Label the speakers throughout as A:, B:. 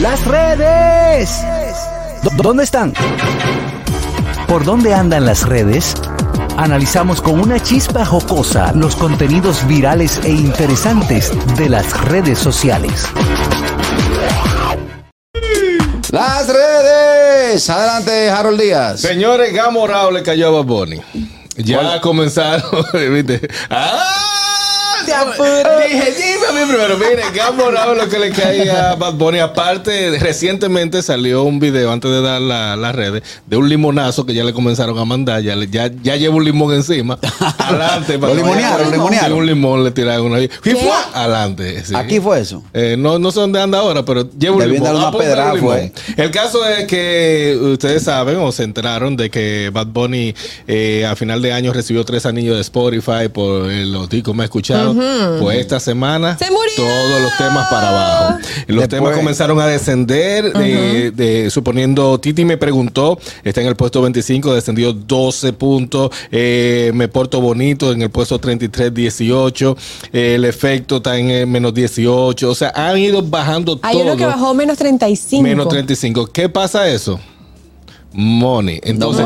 A: Las redes. ¿Dónde están? ¿Por dónde andan las redes? Analizamos con una chispa jocosa los contenidos virales e interesantes de las redes sociales.
B: Las redes. Adelante, Harold Díaz.
C: Señores, Gamorao le cayó a Bad Bunny. Ya comenzaron, ¿viste? ¡Ah! Dije, dime a mí primero. Mire, Gamorao lo que le caía a Bad Bunny. Aparte, recientemente salió un video antes de dar la- las redes de un limonazo que ya le comenzaron a mandar. Ya, le- ya, ya lleva un limón encima. Adelante. para
B: Lo
C: que-
B: limonearon, lo limonearon.
C: Sí, un limón le tiraron una. ¿Qué fue? Adelante. sí.
B: Aquí fue eso.
C: Eh, no, no sé dónde anda ahora, pero llevo un
B: Debían
C: limón.
B: dar una
C: Ah, pues,
B: pedrada,
C: un limón.
B: fue.
C: El caso es que ustedes saben o se enteraron de que Bad Bunny eh, a final de año recibió tres anillos de Spotify por eh, los discos más escuchados. Pues esta semana
D: ¡Se murió!
C: todos los temas para abajo. Los
B: Después-
C: temas comenzaron a descender, eh, de- suponiendo Titi me preguntó, está en el puesto 25, descendió 12 puntos, eh, me porto bonito en el puesto 33, 18, eh, el efecto está en el menos 18, o sea, han ido bajando
D: Hay
C: todo.
D: uno Ah, que bajó menos 35.
C: Menos 35. ¿Qué pasa eso? Money. Entonces,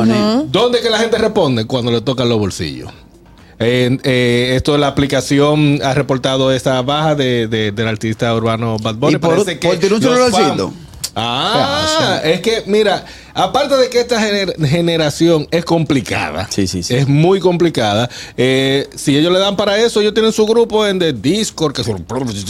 C: ¿dónde que la gente responde? Cuando le tocan los bolsillos. En, eh, esto la aplicación ha reportado esta baja de, de- del artista urbano Bad Bunny.
B: Y por-
C: Parece que
B: por tirar un
C: los
B: celularcito.
C: fans- Ah, es que mira, aparte de que esta gener- generación es complicada,
B: Sí, sí, sí.
C: es muy complicada. eh, si ellos le dan para eso, ellos tienen su grupo en de Discord, que es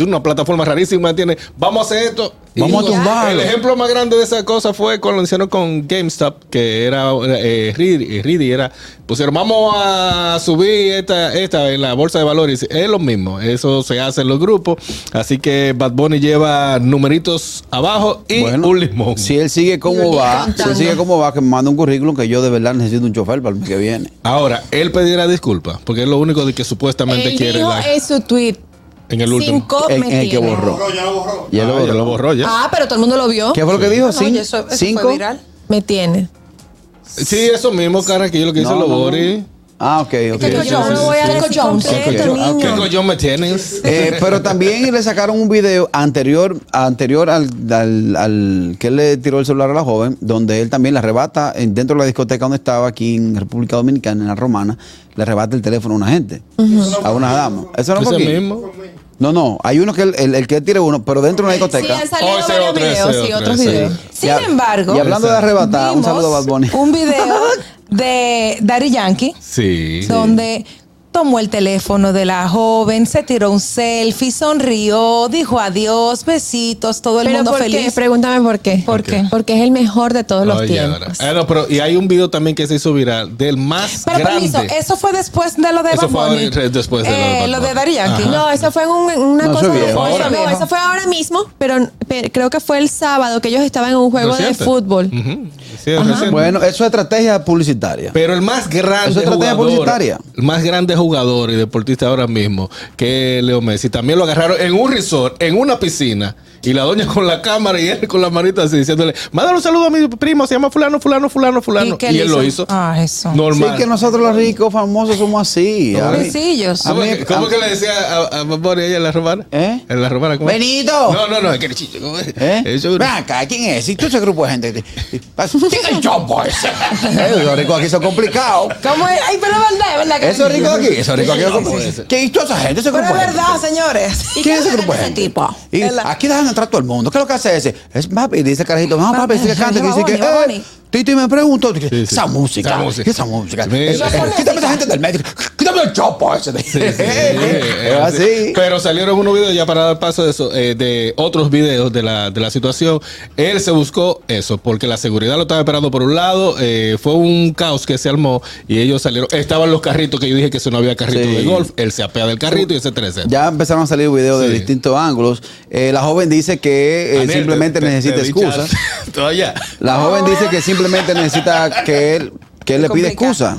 C: una plataforma rarísima, tiene, vamos a hacer esto.
B: Vamos a tumbarlo.
C: El ejemplo más grande de esa cosa fue cuando lo hicieron con GameStop, que era eh, Reedy, Reedy era, pusieron, vamos a subir esta, esta en la bolsa de valores. Es lo mismo, eso se hace en los grupos. Así que Bad Bunny lleva numeritos abajo y
B: Bueno,
C: un limón.
B: Si él sigue como
D: Yo
B: va,
D: cantando.
B: si él sigue como va, que me manda un currículum que yo de verdad necesito un chofer para el mes que viene.
C: Ahora, él pedirá disculpas, porque es lo único de que supuestamente
D: Él
C: quiere
D: dijo
C: la-
D: en su tweet.
C: en el último.
D: Cinco
B: En, en
D: me
B: el que
D: tiene.
B: borró. Y
C: Ya
B: él
C: lo,
B: borró.
C: ya lo borró ya.
D: Ah, pero todo el mundo lo vio.
B: ¿Qué fue lo que dijo?
E: No,
B: Cin-
E: y eso, eso
B: ¿Cinco?
E: fue viral.
D: Me tiene.
C: Sí, eso mismo, cara, que yo lo que hice
B: No,
C: lo
B: no, no.
C: borré.
B: Ah, ok, ok.
D: Keiko
C: sí,
D: Jones,
C: sí,
D: no voy a
C: sí.
D: decir
E: Keiko Jones.
D: completo,
B: Keiko Jones,
D: niño.
C: ¿Qué coño me tienes?
B: Eh, pero también le sacaron un video anterior, anterior al, al- al que él le tiró el celular a la joven, donde él también le arrebata, en- dentro de la discoteca donde estaba, aquí en República Dominicana, en la Romana, le arrebata el teléfono a una gente, a una dama. Eso no fue
C: Ese
B: aquí?
C: mismo.
B: No, no, hay uno que él- el, el que él tira uno, pero dentro de una
D: Sí,
B: discoteca.
D: han salido
C: Oh, ese
D: varios
C: otro, ese
D: videos y
C: otro,
D: otros
C: ese
D: videos.
C: otro.
E: Sin
B: Y ha-
E: embargo,
B: Y hablando de arrebatar, un
E: vimos
B: saludo a Bad Bunny.
E: un video de Daddy Yankee
C: Sí.
E: donde tomó el teléfono de la joven, se tiró un selfie, sonrió, dijo adiós, besitos, todo el
D: Pero
E: mundo
D: ¿por qué?
E: feliz.
D: Pregúntame por qué.
E: ¿Por qué?
D: Porque es el mejor de todos los
C: Oye, ahora.
D: tiempos.
C: Ah, no, pero y hay un video también que se hizo viral del más
E: Pero
C: grande.
E: permiso, eso fue después de lo de
C: Eso
E: Bad
C: fue
E: Bunny.
C: ahora- después de lo de
E: Eh,
C: Bad
E: lo
C: Bunny.
E: de Daddy Yankee.
C: Ajá.
D: No, eso fue en un- en una
B: No, eso
D: cosa.
B: es
D: de-
B: viejo.
C: Ahora.
D: No, eso fue ahora mismo, pero, pero creo que fue el sábado que ellos estaban en un juego de
C: Reciente.
D: fútbol.
C: Ujú. Sí, es reciente.
B: Bueno, eso es estrategia publicitaria.
C: Pero el más
B: Eso
C: grande
B: es estrategia
C: jugador,
B: publicitaria.
C: el más grande jugador y deportista ahora mismo que Leo Messi, también lo agarraron en un resort, en una piscina, y la doña con la cámara y él con la manita así diciéndole, mándale un saludo a mi primo, se llama fulano, fulano, fulano, fulano, y,
E: qué le
C: él lo hizo.
E: Ah, eso.
C: Normal.
B: Sí, que nosotros los ricos famosos somos así. A mí-
E: Pobrecillos.
B: a
C: ¿Cómo,
B: mí-
C: que, cómo
B: a-
C: que le decía a, a Bad Bunny ella en la romana?
B: ¿Eh?
C: En la romana. ¿cómo? es?
B: ¡Benito!
C: No, no, no, es que el chicho. ¿cómo es?
B: ¿Eh?
C: Eso es-
B: Ven acá, ¿quién es? ¿Y tú ese grupo de gente? que- ¿Quién es el chombo ese? Eh, Los ricos aquí son complicados.
E: ¿Cómo es? Ay, pero es verdad, es verdad. que-
B: ¿Esos ricos de aquí? ¿Esos ricos de aquí? son complicados. ¿Quién es toda esa gente? Ese
E: Pero
B: grupo
E: es
B: de gente.
E: verdad, señores.
B: ¿Quién es ese grupo de
E: ese
B: gente?
E: tipo?
B: Y
E: Es
C: ah,
E: la-
B: aquí dejan entrar todo el mundo. ¿Qué es lo que hace ese? Es papi, dice el carajito. No, papi, dice que canta. Que dice que.
E: Baboni, Baboni.
B: eh, Titi me preguntó. que,
C: Sí, sí.
B: Esa música.
C: Esa
B: Esa música. Esa
C: música.
B: música.
C: Sí.
B: Eso-
C: Esa
B: Quítame esa gente del medio. Quítame el chopo ese. de- Es
C: Sí, sí, sí, sí.
B: así.
C: Pero salieron unos videos ya para dar paso de eso, eh, de otros videos de la, de la situación. Él se buscó eso, porque la seguridad lo estaba esperando por un lado. eh, fue un caos que se armó y ellos salieron. Estaban los carritos que yo dije que eso no había carrito
B: Sí. Uh,
C: de golf. Él se apea del carrito y ese 13.
B: Ya empezaron a salir videos de
C: Sí.
B: distintos ángulos. Eh, la joven dice que eh, simplemente necesita excusas.
C: Todavía.
B: La joven dice
D: Ah.
B: que simplemente necesita que él, que él le pide
E: Complica.
B: excusa.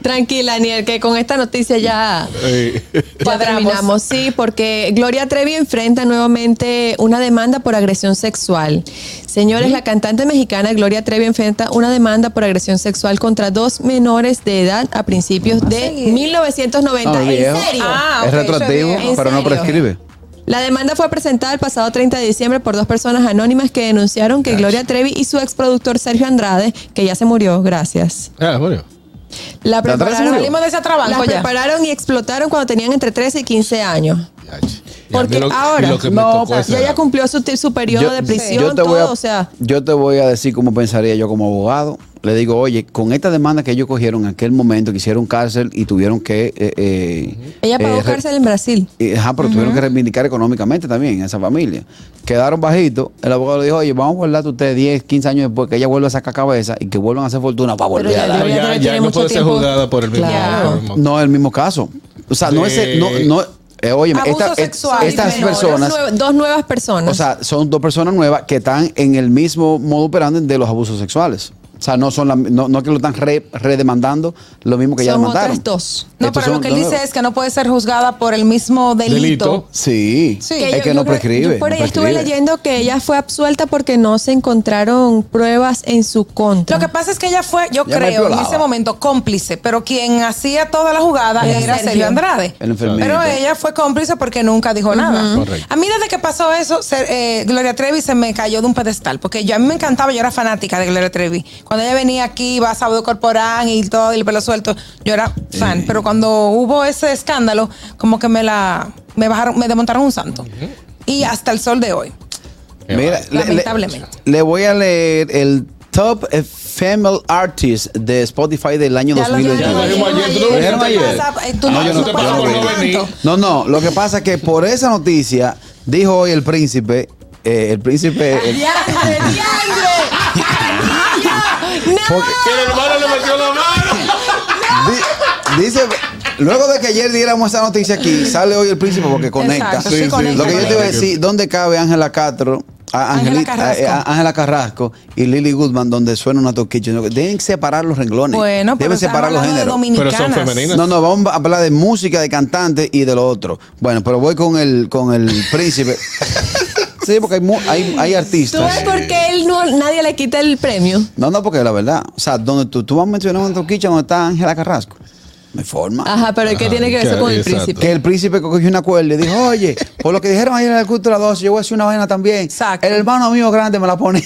D: Tranquila, Niel, que con esta noticia ya,
C: Eh,
D: ya terminamos. Sí, porque Gloria Trevi enfrenta nuevamente una demanda por agresión sexual. Señores, la cantante mexicana Gloria Trevi enfrenta una demanda por agresión sexual contra dos menores de edad a principios de 1990.
B: No,
D: ¿En
B: viejo.
D: serio?
E: Ah,
B: es
E: ok, eso es
B: retroactivo,
E: bien.
D: ¿En
B: pero no
D: serio?
B: prescribe.
D: La demanda fue presentada el pasado 30 de diciembre por dos personas anónimas que denunciaron que Gloria Trevi y su exproductor Sergio Andrade, que ya se murió, gracias.
C: Ah, bueno.
D: La
B: Andrade se
D: prepararon,
B: murió? Salimos
E: de ese trabajo
D: Las
E: ya.
D: prepararon y explotaron cuando tenían entre 13 y 15 años.
C: Ya, ch- ya,
D: Porque
C: mira lo-
D: ahora
C: lo que me
B: No,
C: tocó
B: pues,
C: esa
D: ya ya
C: edad.
D: cumplió su, ti- su periodo de prisión,
B: yo te
D: todo,
B: voy a-
D: o sea.
B: Yo te voy a decir cómo pensaría yo como abogado. Le digo, oye, con esta demanda que ellos cogieron en aquel momento, que hicieron cárcel y tuvieron que... eh, eh,
D: Ella
B: eh,
D: pagó
B: re-
D: cárcel en Brasil.
B: eh, Ajá, pero tuvieron que reivindicar económicamente también a esa familia. Quedaron bajitos. El abogado le dijo, oye, vamos a guardarte ustedes 10, 15 años después que ella vuelva a sacar cabeza y que vuelvan a hacer fortuna para volver
D: ya
B: a
C: Ah,
B: dar.
D: Gloria
C: ya,
D: Trevi
C: ya
D: tiene
C: no
D: mucho
C: puede ser
D: tiempo.
C: juzgada por el mismo.
D: Claro.
C: por el mismo-
B: No, el mismo caso. O sea, no es... el- No, no, eh, óyeme,
E: Abuso
B: esta- eh,
E: sexual
B: estas
E: menores,
B: personas...
D: Dos, nue- dos nuevas personas.
B: O sea, son dos personas nuevas que están en el mismo modo operandi de los abusos sexuales. O sea, no son la- no, no que lo están re- redemandando lo mismo que ya
D: Son
B: demandaron.
D: otras dos.
E: No,
B: Estos
E: pero lo
B: son
E: que él
B: dos
E: dice
B: nuevos.
E: es que no puede ser juzgada por el mismo delito.
C: Delito.
B: Sí,
E: Sí.
B: es
D: yo-
B: que
D: yo
B: no
D: creo-
B: prescribe.
D: yo por ahí
B: no
D: estuve
B: prescribe.
D: leyendo que ella fue absuelta porque no se encontraron pruebas en su contra.
E: Lo que pasa es que ella fue,
B: Ella
E: yo
B: me
E: creo, en
B: violaba.
E: ese momento cómplice, pero quien hacía toda la jugada
D: Era
E: era
D: Sergio.
E: Sergio Andrade.
B: El enfermito.
E: Pero ella fue cómplice porque nunca dijo nada.
C: Correcto.
E: A mí desde que pasó eso, ser- eh, Gloria Trevi se me cayó de un pedestal, porque yo a mí me encantaba, yo era fanática de Gloria Trevi. Cuando ella venía aquí, iba a Sábado Corporán y todo, y el pelo suelto, yo era fan. Pero cuando hubo ese escándalo, como que me la, me bajaron, me desmontaron un santo. Y hasta el sol de hoy.
C: Qué
B: Mira,
C: mal.
B: le- le-
E: Lamentablemente.
B: Le, voy a leer el top eh, female artist de Spotify del año
E: Ya lo
B: 2021.
C: Ya lo
E: Ayer,
C: vimos ayer, tú lo
E: ayer,
C: viste ayer.
E: pasa- eh, tú
C: Ah,
E: no-
C: yo no
E: no
C: te
E: puedes
C: pago por no
E: hacer
C: venir.
E: tanto.
B: No, no, lo que pasa es que por esa noticia dijo hoy el príncipe, eh, el príncipe... el-
D: ¡Diandre,
B: porque-
C: Que el hermano le metió la mano.
B: Di- Dice, luego de que ayer diéramos esa noticia aquí, sale hoy el príncipe porque conecta.
E: Exacto,
C: sí, Sí, sí, conecta,
B: Lo que yo te iba a
C: conecta.
B: decir, ¿dónde cabe Ángela Castro? a-
E: Ángela
B: Angelita-
E: Carrasco.
B: eh, a- Ángela Carrasco. y Lily Goodman, donde suena una toquilla. Deben separar los renglones.
E: Bueno, pero
B: deben
E: estamos
B: separar los
E: hablando de
B: géneros.
C: Pero
E: dominicanas.
C: son femeninas.
B: No, no, vamos a hablar de música, de cantantes y de lo otro. Bueno, pero voy con el, con el príncipe. sí, porque hay, mu- hay, hay
D: ¿Tú
B: artistas.
D: ves por qué él no, nadie le quita el premio?
B: No, no, porque la verdad, o sea, donde tú, tú vas a mencionar una toquilla donde está Ángela Carrasco. Me forma.
D: Ajá, pero ¿qué
C: Ajá,
D: tiene que ver eso con el
C: exacto.
D: príncipe?
B: Que el príncipe cogió una cuerda y dijo, oye, por lo que dijeron ayer en el culto de las 12, yo voy a hacer una vaina también.
E: Exacto.
B: El hermano mío grande me la pone.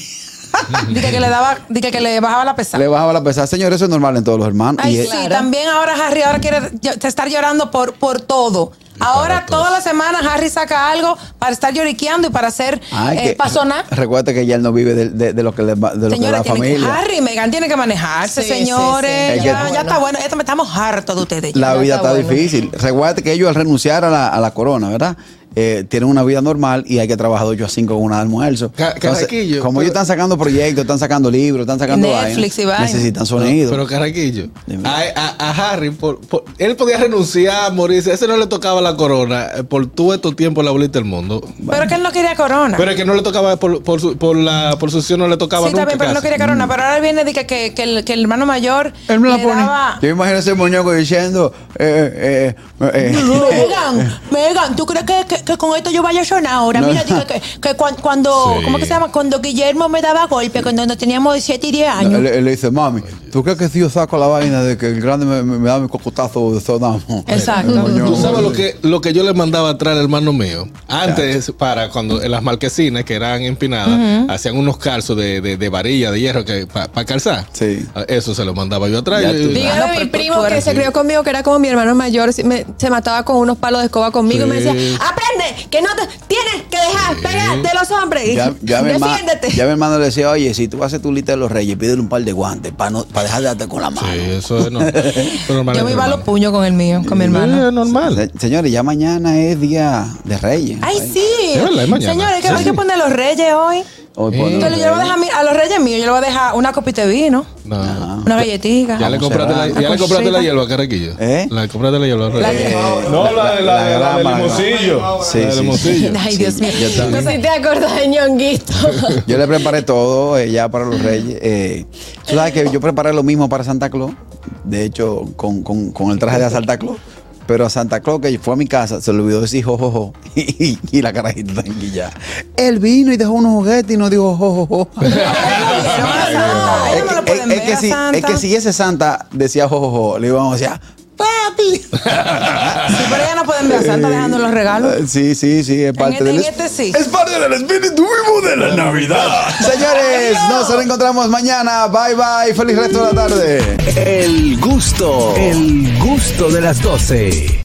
E: Dije que le daba, dije que le bajaba la pesada.
B: Le bajaba la pesada. Señor, eso es normal en todos los hermanos.
E: Ay,
B: Y
E: sí,
B: es-
E: también ahora Harry ahora quiere ll- te estar llorando por, por todo. Ahora
C: para todo.
E: todas las semanas Harry saca algo para estar lloriqueando y para hacer
B: Ay,
E: eh,
B: que-
E: pasona.
B: Recuerda que ya él no vive de, de- de lo que le, va- de lo que
E: Señora,
B: la
E: tiene que,
B: familia.
E: Harry y Meghan tienen que manejarse,
D: Sí, sí,
E: señores.
B: sí,
E: ya,
B: ya
E: ya
D: está
E: está bueno. Esto me estamos hartos de ustedes. ya.
B: la
D: no
B: vida
D: está
B: está,
D: bueno.
B: difícil. Recuerda que ellos al renunciar a la, a la corona, ¿verdad? Eh, tienen una vida normal y hay que trabajar 8 a 5 con un almuerzo.
C: Ca- Carraquillo,
B: como
C: pero-
B: ellos están sacando proyectos, están sacando libros, están sacando
E: Netflix y
B: vainas,
E: vaina.
B: necesitan
C: Pero,
B: sonido.
C: pero Carraquillo,
B: Dime.
C: a, a- a Harry, por- por- él podía renunciar, morirse. Ese no le tocaba la corona. eh, Por todo este tiempo la bolita del mundo.
E: Pero que él no quería corona.
C: Pero es que no le tocaba, por, por, su, por la por su sesión no le tocaba
E: sí,
C: nunca.
E: también, pero él no
C: casi.
E: quería
B: Mm.
E: corona. Pero ahora viene de que, que, que el, que el hermano mayor
B: Él me la
E: le
B: pone.
E: daba-
B: Yo imagino ese muñeco diciendo, eh, eh, eh, eh,
E: Megan, Megan, ¿tú crees que, que- que con esto yo vaya a sonar ahora?
B: No.
E: Mira, dije que, que cuan- cuando,
C: Sí.
E: ¿cómo que se llama? Cuando Guillermo me daba golpe, cuando no teníamos 7 y 10
B: No,
E: años.
B: él, él le dice, mami, ¿tú crees que si yo saco la vaina de que el grande me, me- me da mi cocotazo de zona?
E: Exacto.
B: El muñeco.
C: Tú sabes lo que, lo que yo le mandaba atrás al hermano mío. Antes, para cuando en las marquesinas que eran empinadas, hacían unos calzos de, de, de varilla, de hierro, que para calzar.
B: Sí.
C: Ah, Eso se lo mandaba yo atrás.
B: Ya
C: Yo-
B: tú
C: yo-
D: Dígale
E: Ah, no,
D: a mi
E: pero tú-
D: primo
E: tú
D: que
E: eres-
D: se crió conmigo, que era como mi hermano mayor, si me- se mataba con unos palos de escoba conmigo y me
C: Sí.
D: decía, aprende, que no te tienes que dejar pegar de los hombres.
B: Ya, ya mi herma-
D: Defiéndete.
B: ya mi hermano le decía, oye, si tú vas a hacer tu lista de los reyes, pídele un par de guantes para no, pa dejar de darte con la mano.
C: Sí, eso es normal. Eso es normal
E: Yo
C: en
E: me
C: mi
E: iba a los
C: hermano.
E: puños con el mío, con mi
C: Sí,
E: hermano.
C: es normal.
B: Se- Señores, ya mañana es día de reyes.
E: ¡Ay, sí!
C: Es verdad, es mañana.
E: Señores, que
C: Sí,
E: hay
C: sí.
E: que poner los reyes hoy.
B: Hoy
C: Eh.
B: ponen
E: Yo,
B: los
E: le- yo le voy a dejar a mi- a los reyes míos, yo le voy a dejar una copita de vino,
C: No.
B: Ah.
E: una galletita.
C: Ya le
B: Vamos
C: compraste
B: cerrando.
C: la, ya le compraste la
E: Cosita.
C: hierba, Carraquillo.
B: ¿Eh?
C: La compraste la hierba.
E: La
C: Carraquillo.
E: hierba.
C: no, la de
B: La
C: la, la,
B: grama,
C: del
B: la grama.
C: limoncillo.
B: Sí,
C: la del
B: sí, sí.
C: limoncillo.
D: Ay,
B: Sí,
D: Dios mío.
B: yo también.
D: No sé si te acuerdas de ñonguito.
B: reyes. Yo le preparé todo eh, ya para los reyes. eh. tú sabes que yo preparé lo mismo para Santa Claus. De hecho, con, con- con el traje de Santa Claus. Pero a Santa Claus, que fue a mi casa, se le olvidó decir jojojo. Y, la carajita tranquila. Él vino y dejó unos juguetes y no dijo jojojo.
E: Ay, no, ellos no lo
B: Es
E: pueden
B: que- es
E: ver
B: que
E: a
B: si-
E: Santa.
B: es que si ese Santa decía jojojo, le íbamos a decir,
E: papi. sí, pero ya no pueden ver a Santa dejando los regalos.
B: Eh, Sí, sí, sí, es parte
E: en
B: del
E: este sí.
B: Es parte del espíritu vivo de la Navidad. Señores, nos reencontramos mañana. Bye bye, feliz resto de la tarde.
A: El gusto, el gusto de las 12.